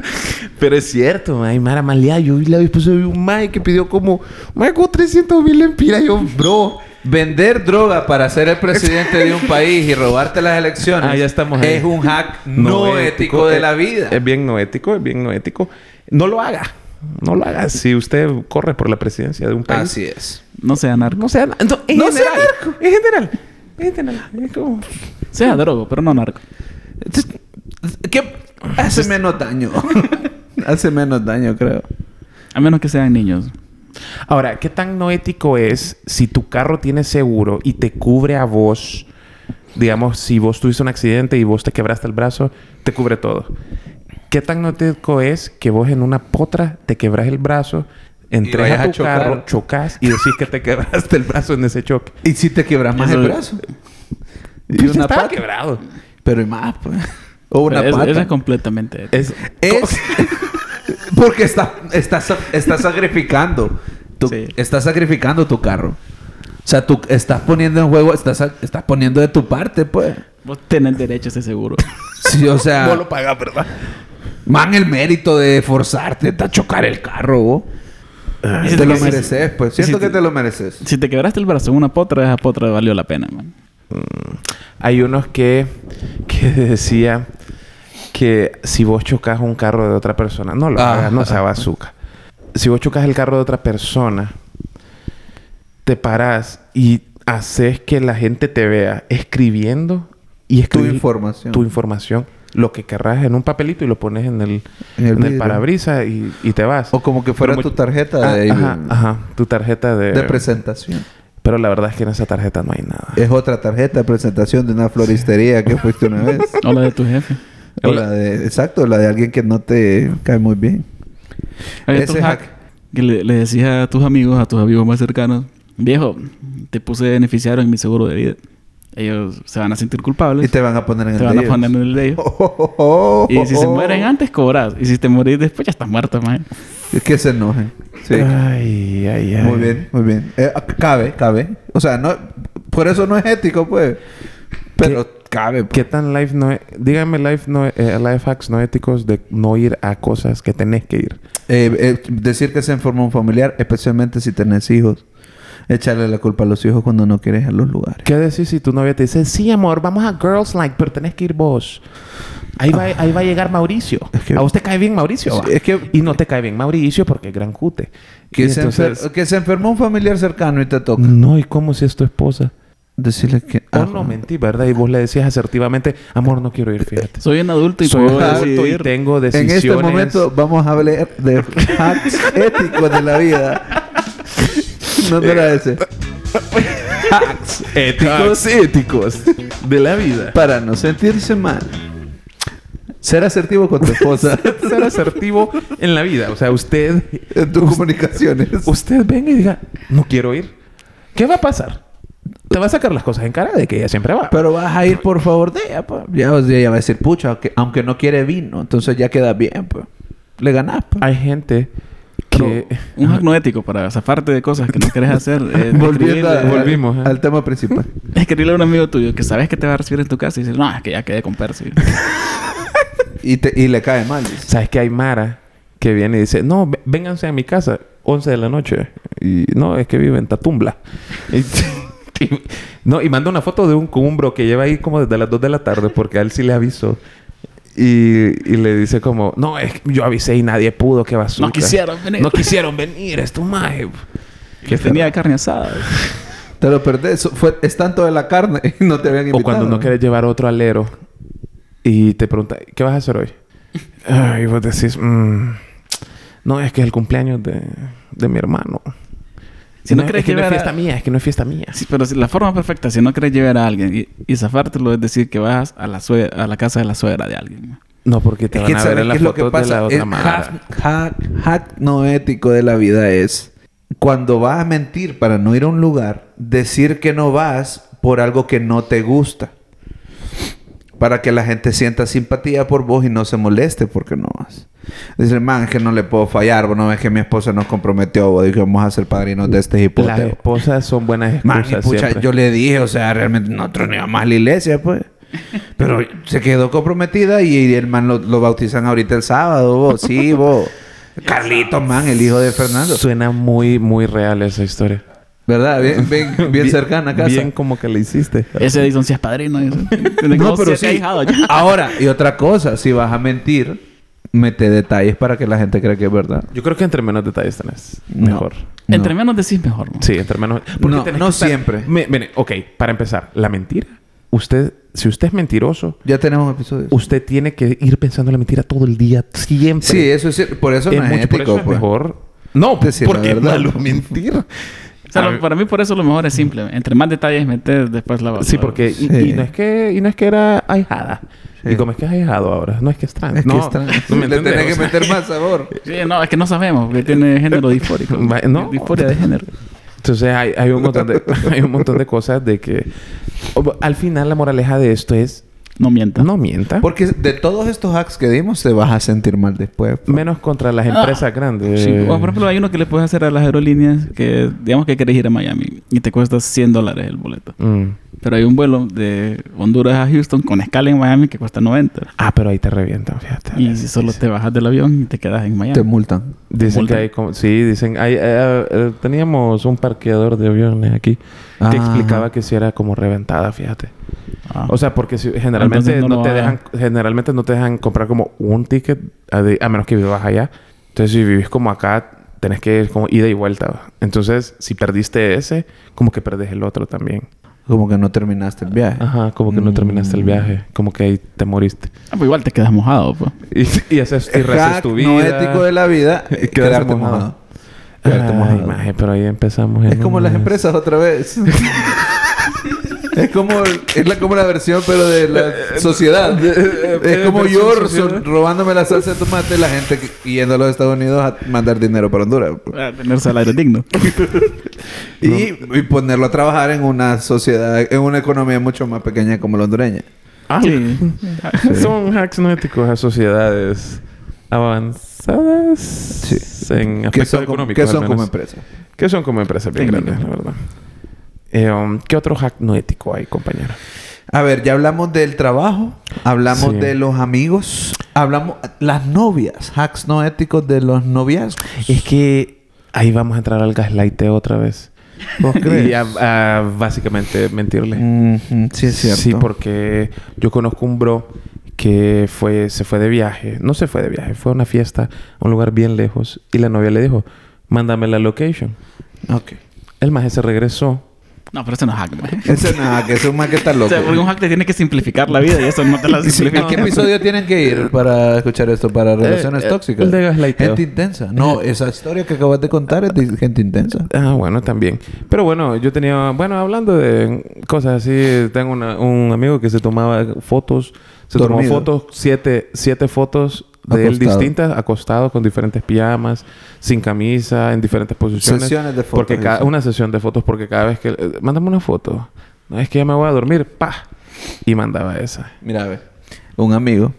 Pero es cierto, ma, hay Mara maleada. Yo vi la vez pasada, vi un mae que pidió como, mae, como 300 mil empiras. Yo, bro. Vender droga para ser el presidente de un país y robarte las elecciones Ah, ya estamos ahí. es un hack no, ético, de es- la vida. eh, Es bien no ético, es bien no ético. No lo haga. No lo haga. Si usted corre por la presidencia de un país. Así es. No sea narco. No sea... No, en No sea general. en general. En general. Es como... Sea drogo, pero no narco. ¿Qué? Hace menos daño. Hace menos daño, creo. A menos que sean niños. Ahora, ¿qué tan no ético es si tu carro tiene seguro y te cubre a vos? Digamos, si vos tuviste un accidente y vos te quebraste el brazo, te cubre todo. ¿Qué tan no ético es que vos en una potra te quebras el brazo, entres vayas a a tu chocar. carro, chocas y decís que te quebraste el brazo en ese choque? ¿Y si te quebras más Eso- el brazo? Y Pues una estaba pata. quebrado. Pero y más, pues. O una Pero es- pata. Eso es completamente. Es, Es porque estás estás estás sacrificando tu, Sí. estás sacrificando tu carro. O sea, tú estás poniendo en juego, estás, estás poniendo de tu parte, pues. Vos tenés derecho a ese seguro. Sí, o sea, Vos lo pagás, ¿verdad? man el mérito de forzarte a chocar el carro, vos. Ah, si te te- lo si- mereces, pues. Siento si te- que te lo mereces. si te quebraste el brazo en una potra, esa potra valió la pena, man. Hay unos que, que decía que si vos chocas un carro de otra persona, no lo Ah. hagas, no sea bazooka. Si vos chocas el carro de otra persona, te parás y haces que la gente te vea escribiendo y Tu escribir información. tu información, lo que querrás en un papelito y lo pones en el, En el en el vidrio. parabrisas y, y te vas. O como que fuera Pero mu- tu tarjeta Ah, de, ajá, ajá, Eh. tu tarjeta de, de presentación. Pero la verdad es que en esa tarjeta no hay nada. Es otra tarjeta de presentación de una floristería que fuiste una vez. O la de tu jefe. O la de, exacto, la de alguien que no te cae muy bien. Hay Ese otro hack hack. que le, le decís a tus amigos, a tus amigos más cercanos, viejo, te puse beneficiario en mi seguro de vida. Ellos se van a sentir culpables. Y te van a poner en te el van a de poner en ellos. el de ellos. Oh, oh, oh, Y si se oh. mueren antes, cobras. Y si te morís después, ya estás muerto, man. Es que se enojen. Sí. Ay, ay, ay. Muy bien, muy bien. Eh, cabe, cabe. O sea, no... Por eso no es ético, pues. Pero cabe. pues. ¿Qué tan life no... e- Dígame life, no, e- eh, life hacks no éticos de no ir a cosas que tenés que ir. Eh, eh, decir que se enfermó un familiar, especialmente si tenés hijos. Echarle la culpa a los hijos cuando no quieres a los lugares. ¿Qué decís si tu novia te dice, sí, amor, vamos a Girls Night, pero tenés que ir vos? Ahí va, ahí va a llegar Mauricio. Es que- a usted cae bien Mauricio. va? Sí, es que- Y no te cae bien Mauricio porque es gran jute. Que, Y se entonces- enfer- que se enfermó un familiar cercano y te toca. No, ¿y cómo si es tu esposa? Decirle que... O ah, no mentí, ¿verdad? Y vos le decías asertivamente, amor, no quiero ir, fíjate. Soy un adulto y Soy puedo un adulto y decidir. tengo En decisiones. este momento vamos a hablar de hacks éticos de la vida. No te la ese. Hacks Hacks éticos éticos de la vida. para no sentirse mal. Ser asertivo con tu esposa Ser asertivo en la vida. O sea, usted, en tus comunicaciones. usted venga y diga, no quiero ir. ¿Qué va a pasar? Te va a sacar las cosas en cara de que ella siempre va. Pero vas a ir por favor de ella, pues. Ya, o sea, ella va a decir, pucha, aunque, aunque no quiere vino, entonces ya queda bien, pues. Le ganás, pues. Hay gente Pero que... Un hack no ético para zafarte de cosas que no querés hacer. es Volviendo a- escribirle- volvimos, ¿eh? Eh, al tema principal. Escribirle a un amigo tuyo que sabes que te va a recibir en tu casa y dices, no, es que ya quedé con Percy. Y, te- y le cae mal. dice. ¿Sabes que hay Mara que viene y dice, no, ve- vénganse a mi casa, 11 de la noche? Y no, es que vive en Tatumbla. Y- y- no, y manda una foto de un cumbro que lleva ahí como desde las 2 de la tarde porque a él sí le avisó. Y, y le dice como, no, es que yo avisé y nadie pudo, que basura. No quisieron venir. No quisieron venir, es tu maje. que tenía carne asada. Te lo perdés. Fue, es tanto de la carne y no te habían invitado. O cuando no quieres llevar otro alero y te pregunta, ¿qué vas a hacer hoy? Ah, Y vos decís, "Mm, no, es que es el cumpleaños de, de mi hermano. Si no querés es que no es llevar a- fiesta mía, es que no es fiesta mía. Sí, pero si- la forma perfecta, si no querés llevar a alguien y, y zafártelo, es decir que vas a la, sue- a la casa de la suegra de alguien. No, porque te Es van que a ver ¿sabes en qué las es lo que fotos de la pasa? otra El mara. hack, hack- hack no ético de la vida es cuando vas a mentir para no ir a un lugar, decir que no vas por algo que no te gusta. Para que la gente sienta simpatía por vos y no se moleste porque no vas. Dice, man, es que no le puedo fallar. Bueno, es que mi esposa nos comprometió. Vos dije, vamos a ser padrinos de este Las hipoteca. esposas son buenas Man, excusas y pucha, siempre. yo le dije, o sea, realmente nosotros no íbamos a la iglesia, pues. Pero se quedó comprometida y el man lo, lo bautizan ahorita el sábado, vos. Sí, vos. Carlitos, man, el hijo de Fernando. Suena muy, muy real esa historia. ¿Verdad? Bien, bien, bien cercana a casa. Bien como que le hiciste. Ese Edison sí es padrino. dice. Tiene No, como pero siete sí. ahijados ya. Ah, Ahora, y otra cosa, si vas a mentir, mete detalles para que la gente crea que es verdad. Yo creo que entre menos detalles tenés. No. Mejor. No. Entre menos decís mejor. ¿no? Sí, entre menos. No, tenés no que estar- siempre. Mi- Mire, ok, para empezar, la mentira. Usted, si usted es mentiroso, Ya tenemos episodios. usted tiene que ir pensando en la mentira todo el día, siempre. Sí, eso es cierto. Por eso es no es mucho- por eso ético, es pues. mejor. No, Decir la porque es verdad. malo mentir. O sea, A lo- ver. para mí por eso lo mejor es simple. Entre más detalles metes, después la Sí, porque... y- Sí. Y, no es que, y no es que era ahijada. Sí. Y como es que es ahijado ahora. No es que es trans. Es no, que es trans. no me Le entiendes, tenés o que sea. meter más sabor. Sí, no, es que no sabemos, porque tiene género disfórico. Va- no. Disforia de género. Entonces hay, hay un montón de, hay un montón de cosas de que... o- Al final la moraleja de esto es... No mientas. No mienta. Porque de todos estos hacks que dimos, te vas a sentir mal después. po. Menos contra las empresas grandes. Ah. Sí, o por ejemplo, hay uno que le puedes hacer a las aerolíneas que, digamos que querés ir a Miami y te cuesta 100 dólares el boleto. Mm. Pero hay un vuelo de Honduras a Houston con escala en Miami que cuesta 90. Ah, pero ahí te revientan, fíjate. Y si solo te bajas del avión y te quedas en Miami. Te multan. Dicen Multa. que hay como... Sí, dicen... Hay, eh, eh, teníamos un parqueador de aviones aquí. Ah. Que explicaba que si era como reventada, fíjate. Ah. O sea, porque si- generalmente Entonces no no, lo te hagan. dejan... Generalmente no te dejan comprar como un ticket a, de- a menos que vivas allá. Entonces, si vivís como acá, tenés que ir como ida y vuelta. ¿va? Entonces, si perdiste ese, como que perdés el otro también. Como que no terminaste el viaje. Mm. Ajá, como que no terminaste el viaje. Como que ahí te moriste. Ah, pues igual te quedas mojado, pues. Y, y haces... Y El rehaces Este hack tu vida. no ético de la vida Quedarse es quedarte mojado. mojado. Quedarte Ay, mojado. maje, pero ahí empezamos. Es en como las unas- empresas otra vez. es como es la, como la versión pero de Eh, la sociedad. es como versión yo eh, sociedad. robándome la salsa de tomate y la gente que- yendo a los Estados Unidos a mandar dinero para Honduras. po. Para tener salario digno. Y, y ponerlo a trabajar en una sociedad, en una economía mucho más pequeña como la hondureña. Ah, Sí. Son hacks no éticos a sociedades avanzadas en Que aspectos son, como, económicos. que al son como menos. empresas. Que son como empresas bien Técnicas. grandes, la verdad. Eh, um, ¿Qué otro hack no ético hay, compañero? A ver, ya hablamos del trabajo, hablamos Sí. de los amigos, hablamos las novias, hacks no éticos de los noviazgos. Es que ahí vamos a entrar al gaslighteo otra vez. ¿Vos crees? Y a, a básicamente mentirle. Ujú, sí es cierto. Sí, porque yo conozco un bro que fue, se fue de viaje. No se fue de viaje, fue a una fiesta a un lugar bien lejos. Y la novia le dijo, mándame la location. Ok. El maje se regresó. No, pero eso no es hack, maje. Eso es nada, que es un man que está O loco. sea, porque un hack te tiene que simplificar la vida y eso no te la Sí, simplifica. ¿A qué episodio tienen que ir para escuchar esto? Para relaciones eh, tóxicas. el de gaslighteo. Gente intensa. No, esa historia que acabas de contar es de gente intensa. Ah, bueno, también. Pero bueno, yo tenía... Bueno, hablando de cosas así, tengo una- un amigo que se tomaba fotos. Se tomó Dormido. fotos, siete, siete fotos de él Acostado. distintas, acostado con diferentes pijamas, sin camisa, en diferentes posiciones. Sesiones de fotos, Porque cada- dice. una sesión de fotos, porque cada vez que... eh, mándame una foto. No, es que ya me voy a dormir. ¡Pah! Y mandaba esa. Mira, a ver. Un amigo.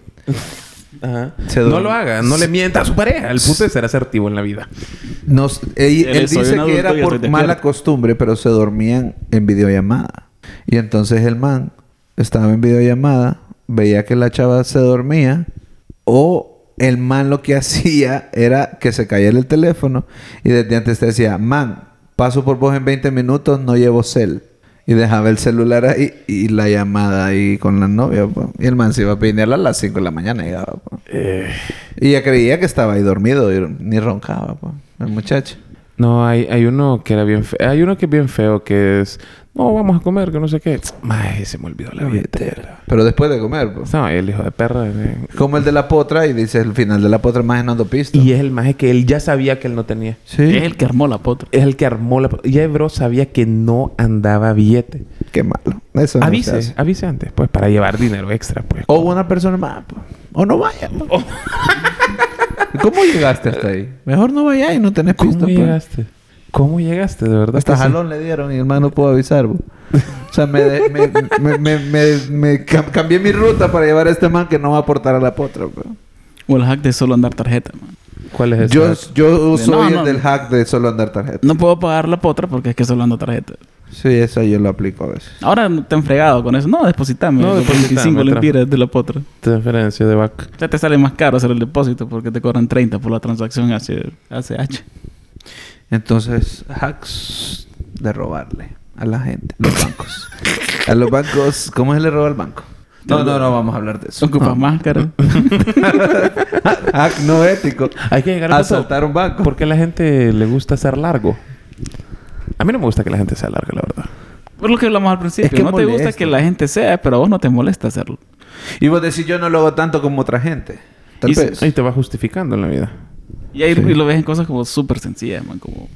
Ajá. Se no duerme. lo haga. No le mienta a su pareja. El punto es ser asertivo en la vida. Nos, él, Él él es- soy dice un que adulto era y por estoy mala despierto. costumbre, pero se dormían en videollamada. Y entonces el man estaba en videollamada, veía que la chava se dormía, o el man lo que hacía era que se caía el teléfono y desde antes te decía, man, paso por vos en 20 minutos, no llevo cel. Y dejaba el celular ahí y la llamada ahí con la novia. po. Y el man se iba a peinar a las 5 de la mañana. llegaba, po. Eh... Y ella creía que estaba ahí dormido, y ni roncaba, po, el muchacho. No, hay, hay uno que era bien feo. Hay uno que es bien feo que es... No, vamos a comer, que no sé qué. Mae, se me olvidó la billetera. Pero después de comer, pues. No, el hijo de perra. eh. Como el de la potra y dice el final de la potra más en autopista. Y es el maje que él ya sabía que él no tenía. Sí. Es el que armó la potra. Es el que armó la... Ya el bro sabía que no andaba billete. Qué malo. Eso no Oh, se avise, hace. avise antes, pues, para llevar dinero extra, pues. O una persona más, po. O no vaya, pues. po. ¿Cómo llegaste hasta ahí? Mejor no vayas y no tenés ¿Cómo pista, po. llegaste? pues. ¿Cómo llegaste? De verdad. Pues, Hasta que sí. jalón le dieron y el man no pudo avisar, po. O sea, me, de- me, me, me, me- me cam- cambié mi ruta para llevar a este man que no va a aportar a la potra, pues. po. O el hack de solo andar tarjeta, man. ¿Cuál es ese? Yo, yo soy No, el no. del hack de solo andar tarjeta. No puedo pagar la potra porque es que solo ando tarjeta. Sí, eso yo lo aplico a veces. Ahora no te han fregado con eso. No, depositame. No, No, depositame, 25 tra- lempiras de la potra. Transferencia de back. O sea, te sale más caro hacer el depósito porque te cobran 30 por la transacción hacia ACH. Entonces, hacks de robarle a la gente, los bancos. a los bancos, ¿cómo es le roba al banco? No, no, no vamos a hablar de eso. Ocupas No. máscara. Hack no ético. Hay que llegar a Asaltar un banco. Porque a la gente le gusta ser largo. A mí no me gusta que la gente sea larga, la verdad. Por lo que hablamos al principio. Es que no te gusta molesta. que la gente sea, pero a vos no te molesta hacerlo. Y vos decís, yo no lo hago tanto como otra gente. Tal Y si- vez. Ahí te va justificando en la vida. Y ahí Sí. y lo ves en cosas como súper sencillas, man. Como...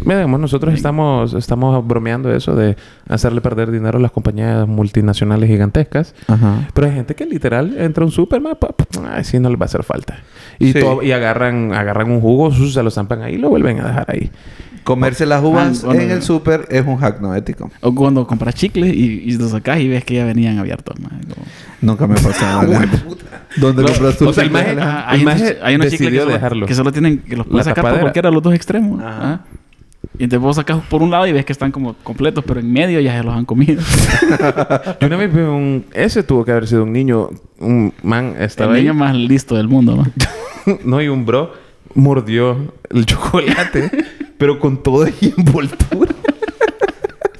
Mira, digamos, nosotros estamos, estamos bromeando eso de hacerle perder dinero a las compañías multinacionales gigantescas. Ajá. Pero hay gente que literal entra a un supermercado, ay, sí, no les va a hacer falta. Y, Sí. to- y agarran, agarran un jugo, sus- se lo zampan ahí y lo vuelven a dejar ahí. Comerse las uvas Ah, bueno, en bueno. el súper es un hack no ético. O cuando compras chicles y, y los sacás y ves que ya venían abiertos, man. Como... Nunca me ha pasado. ¿Dónde compras tú? O sea, el maje- Alejandro? Ajá, Ah, hay, El unos- maje hay unos chicles decidió que solo, dejarlo. que solo tienen que los La puedes sacar tapadera. por cualquiera de los dos extremos. Ajá. Ajá. Y te puedo sacar por un lado y ves que están como completos, pero en medio ya se los han comido. Yo una vez vi un... Ese tuvo que haber sido un niño, un man, estaba el ahí. niño más listo del mundo, ¿no? no, y un bro mordió el chocolate, pero con todo y envoltura.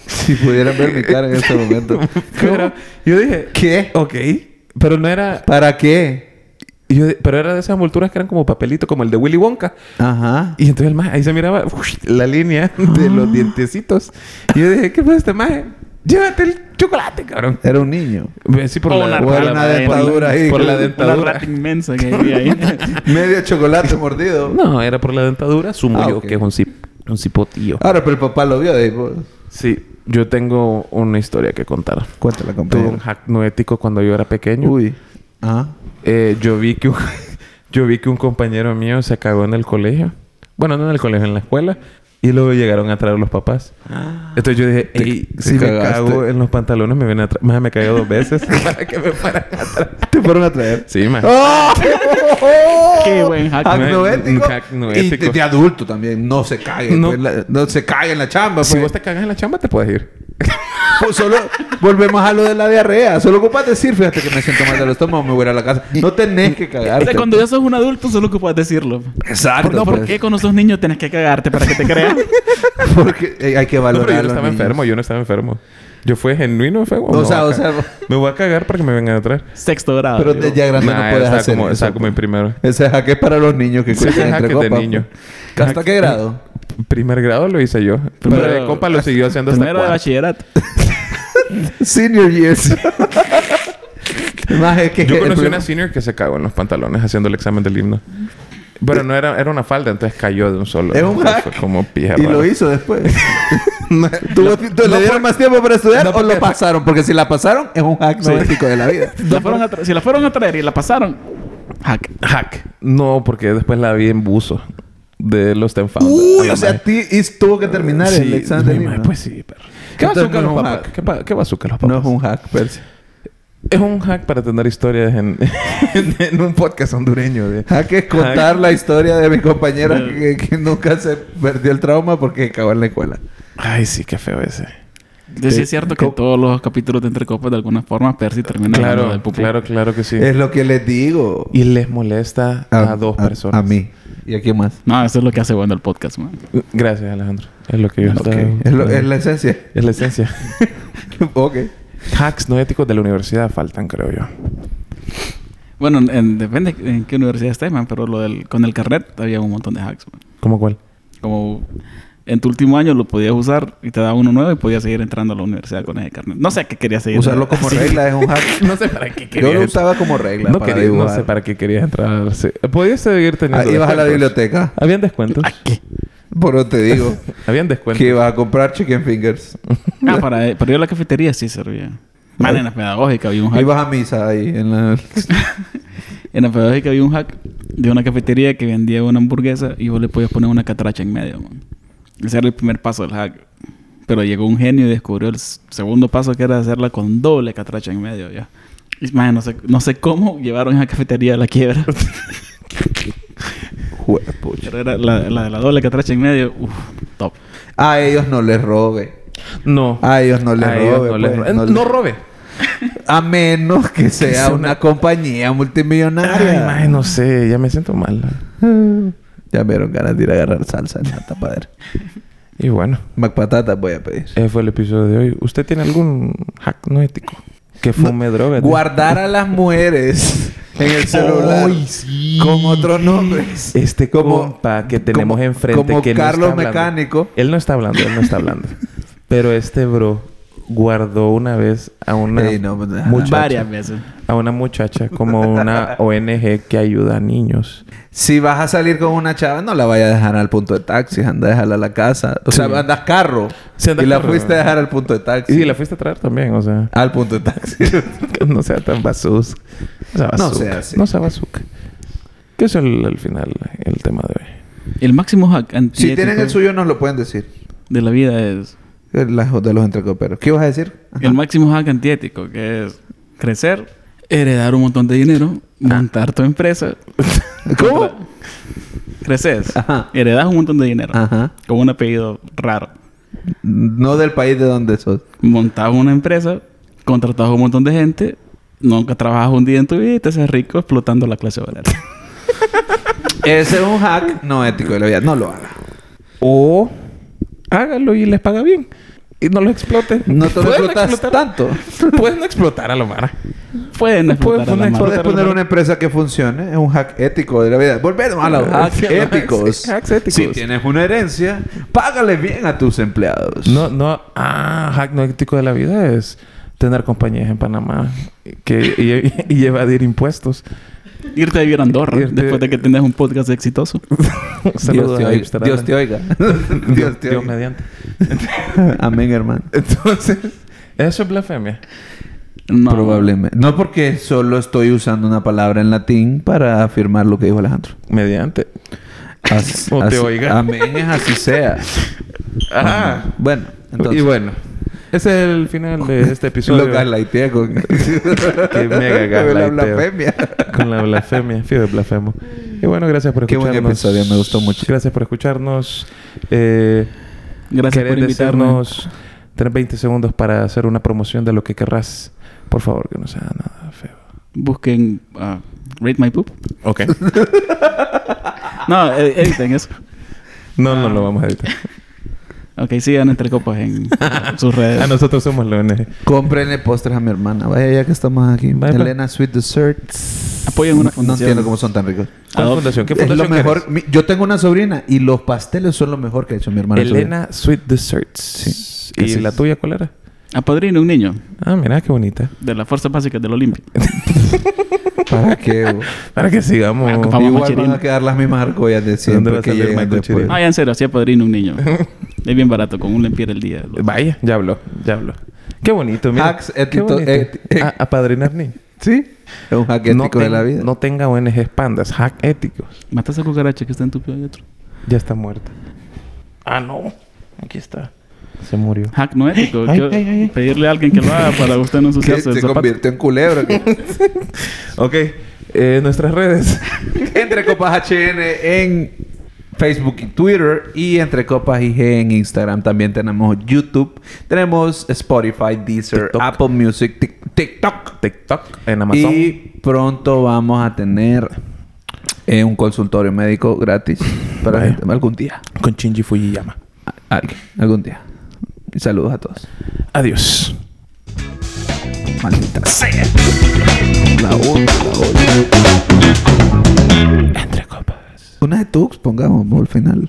Si pudieran ver mi cara en este momento. Pero yo dije, ¿Qué? ok. Pero no era... ¿Para qué? y yo de- pero era de esas envolturas que eran como papelito, como el de Willy Wonka. Ajá. Y entonces el maje, ahí se miraba ush, la línea de Ah. los dientecitos. Y yo dije, ¿qué fue este maje? Llévate el chocolate, cabrón. Era un niño. Ve, Sí, por O la, una por rata, la- una por la- dentadura ahí. Por la Una Una dentadura. rata inmensa que había ahí. Medio chocolate mordido. No, era por la dentadura. Sumo Ah, yo, ok. Ah. que es un, cip, un cipotillo. Ahora, pero el papá lo vio de ahí, pues. Sí, yo tengo una historia que contar. Cuéntala, Tuve un hack no ético cuando yo era pequeño. Uy. Ah. Eh, yo vi que un, yo vi que un compañero mío se cagó en el colegio. Bueno, no en el colegio, en la escuela. Y luego llegaron a traer los papás. Entonces yo dije, "Ey, Ah. te si me cagaste. cago en los pantalones, me vienen a traer. Más me cagó dos veces para que me paran atrás. Te fueron a traer. Sí, más. ¡Oh! Qué buen hack. Hack no Un ético. hack no Y ético. de, de adulto también. No se cague. No. No, no se cague en la chamba. Si pues. vos te cagas en la chamba, te puedes ir. Pues solo volvemos a lo de la diarrea. Solo ocupas decir, fíjate que me siento mal del estómago, me voy a ir a la casa. No tenés que O sea, cagarte. cuando ya sos un adulto, solo que puedes decirlo. Exacto. No, ¿por pues. qué con esos niños tenés que cagarte para que te crean? Porque eh, hay que No, valorar. pero yo no a los estaba niños. enfermo, yo no estaba enfermo. Yo fue genuino, fue O sea, o sea... Me voy a cagar para que me vengan a traer. Sexto grado. Pero digo. de ya grande Nah, no puedes estaba hacer como- eso. pues. estaba como en primero. Ese jaque es para los niños que Sí, jaque cruzan entre de copas. pues. niño. ¿Hasta qué grado? Primer grado lo hice yo. Primero Primero- de compa lo siguió haciendo hasta Primero de cuarto. bachillerato. Senior years. Más es que Yo el conocí primer- una senior que se cagó en los pantalones haciendo el examen del himno. Bueno, no era, era una falda, entonces cayó de un solo. Es un Entonces hack. Fue como pija Y lo rara. hizo después. ¿Tú, tú- ¿Le dieron más tiempo para estudiar o lo pasaron? Porque si la pasaron, es un hack novético de la vida. La fueron a tra- si la fueron a traer y la pasaron, ah, hack. Hack. No, porque después la vi en buzo de los Ten Found. Uy, o sea, a ti y tuvo que terminar el examen del himno. Pues sí, perro. ¿Qué Entonces, bazooka no los es un papás? hack. ¿Qué, pa- qué bazooka los papás? No pues. es un hack, Percy. Es un hack para tener historias en, en, en un podcast hondureño. De... Hack es contar Hack. la historia de mi compañera que, que nunca se perdió el trauma porque cagó en la escuela. Ay, sí, qué feo ese. Sí, sí es cierto que todos los capítulos de Entre Copas, de alguna forma, Percy termina hablando Claro, del pupú. claro, claro que sí. Es lo que les digo. Y les molesta a, dos personas. A mí. ¿Y a quién más? No, eso es lo que hace bueno el podcast, man. Gracias, Alejandro. Es lo que yo Ok. estaba... Es, lo- es la esencia. Es la esencia. ok. Hacks no éticos de la universidad faltan, creo yo. Bueno, en- en- depende en qué universidad estés, man, pero lo del, con el carnet había un montón de hacks, man. ¿Cómo cuál? Como en tu último año lo podías usar y te daba uno nuevo y podías seguir entrando a la universidad con ese carnet. No sé qué querías seguir. Usarlo como Sí. regla ¿eh? es un hack. No sé para qué Yo lo usaba como regla. No, para quería, no dibujar. sé para qué querías entrar. Sí. Podías seguir Ah, teniendo. ibas a la descuentos. biblioteca. Habían descuentos. ¿A qué? Por eso te digo Habían descuentos. que ibas a comprar chicken fingers. Ah, para, para ir a la cafetería sí servía. Man, en la pedagógica había un hack. Ibas a misa ahí en la... En la pedagógica había un hack de una cafetería que vendía una hamburguesa y vos le podías poner una catracha en medio, man. Ese era el primer paso del hack. Pero llegó un genio y descubrió el s- segundo paso que era hacerla con doble catracha en medio, ya. Y, man, no sé, no sé cómo llevaron esa cafetería a la quiebra. Pero era la, la de la doble catracha en medio, uff, top. A ellos no les robe. No. A ellos no les A ellos no robe. pues, les robe. no No, les- robe. A menos que sea sea una compañía Ay, multimillonaria. mae, no sé. Ya me siento mal. ya me dieron ganas de ir a agarrar salsa en la tapadera. Y bueno, Macpatatas voy a pedir. ese fue el episodio de hoy. ¿Usted tiene algún hack no ético? Que fume droga. tío? Guardar a las mujeres en el celular Ay, sí. con otros nombres. Este Como- compa que tenemos como- enfrente como que no está Carlos hablando. Mecánico. Él no está hablando, él no está hablando. Pero este bro guardó una vez a una Ey, no, pues, muchacha, Varias veces. a una muchacha como una ONG que ayuda a niños. Si vas a salir con una chava, no la vayas a dejar al punto de taxis. Anda a dejarla a la casa. O sea, andas carro. Sí, andas y la carro. fuiste a dejar al punto de taxi. Y la fuiste a traer también, o sea, Al punto de taxi. que no sea tan basús. No sea No bazooka. sea así. No sea bazooka. Que eso es el, el final, el tema de hoy. El máximo hack si antiético tienen el suyo, nos lo pueden decir. de la vida es... Eh, las- de los entrecoperos. ¿Qué ibas a decir? Ajá. El máximo hack antiético, que es crecer, heredar un montón de dinero, montar tu empresa. Ah. ¿Cómo? Creces, Ajá. heredas un montón de dinero, Ajá. con un apellido raro. No del país de donde sos. Montas una empresa, contratas a un montón de gente, nunca trabajas un día en tu vida y te haces rico explotando la clase obrera. Ese es un hack no ético de la vida. No lo haga. O hágalo y les paga bien. Y no los explote. No te lo Pueden explotas explotar- tanto. Pueden exptar a lo mara. Pueden explotar a poner- la mano. Puedes poner una empresa que funcione. Es un hack ético de la vida. Volvemos a los hacks éticos. Hacks éticos. Si tienes una herencia, págale bien a tus empleados. No, no. Ah, hack no ético de la vida es tener compañías en Panamá que, y, y evadir impuestos. Irte a vivir a Andorra Irte- después de que tengas un podcast exitoso. Saludos a Dios te, Amsterdam. oiga. Dios te oiga. Dios te Dios oiga. mediante. Amén, hermano. Entonces, eso es blasfemia. No. Probablemente. No porque solo estoy usando una palabra en latín para afirmar lo que dijo Alejandro. Mediante. As- O te as- oiga. Amén es así sea. Ah. Bueno, entonces. y bueno. Ese es el final de este episodio. Lo gaslighteé con... Qué mega La gaslighteo. blasfemia. Con la blasfemia, fío blasfemo. Y bueno, gracias por Qué buen escucharnos. episodio, me gustó mucho. Gracias por escucharnos. Eh, Gracias ¿querés por invitarnos. decirnos- Tenés 20 segundos para hacer una promoción de lo que querrás. Por favor, que no sea nada feo. Busquen ah, Rate My Poop. Ok. No, eh, editen eso. No, no lo vamos a editar. Ok, sigan entre copas en sus redes. A nosotros somos la ONG. Cómprenle postres a mi hermana. Vaya, ya que estamos aquí. Vaya, pues. Elena Sweet Desserts. Apoyen una No fundación. entiendo cómo son tan ricos. ¿Cuál Adop- fundación? ¿Qué Es fundación lo mejor. querés? Mi- yo tengo una sobrina y los pasteles son lo mejor que ha hecho mi hermana. Elena Sweet Desserts. Sí. ¿Y Así la es. tuya cuál era? Apadrina un niño Ah, mira qué bonita. de las fuerzas básicas del Olimpia. sobrina. ¿Para qué? bo? Para que sigamos. Bueno, Vamos, Igual Machirín. van a quedar las mismas argollas de va siempre a que salir llegan Michael después. Chirín? Ah, ya en serio, así apadrina un niño. es bien barato, con un lempier el día. Vaya, ya habló, ya habló. Qué bonito, mira. Hacks qué ético- bonito. et- et- A- apadrinar niños. Sí. Es un hack ético de ten- la vida. no tenga ONGs pandas, hack éticos. Mata esa cucaracha que está en tu pie adentro. Ya está muerta. Ah, no. Aquí está. Se murió. Hack no ético. Ay, Yo- ay, ay, ay. Pedirle a alguien que lo haga para usted no Que ensuciarse el se zapato. convirtió en culebra. que- Ok, eh, nuestras redes. entre Copas HN en Facebook y Twitter. Y Entre Copas IG en Instagram. También tenemos YouTube. Tenemos Spotify, Deezer, TikTok. Apple Music, Tik- TikTok. TikTok en Amazon. Y pronto vamos a tener eh, un consultorio médico gratis para Vaya. gente. algún día. Con Shinji Fujiyama. A- alguien, algún día. Y saludos a todos. Adiós. Maldita sea. La otra, la otra. Entre copas. Una de Tux, pongamos por el final.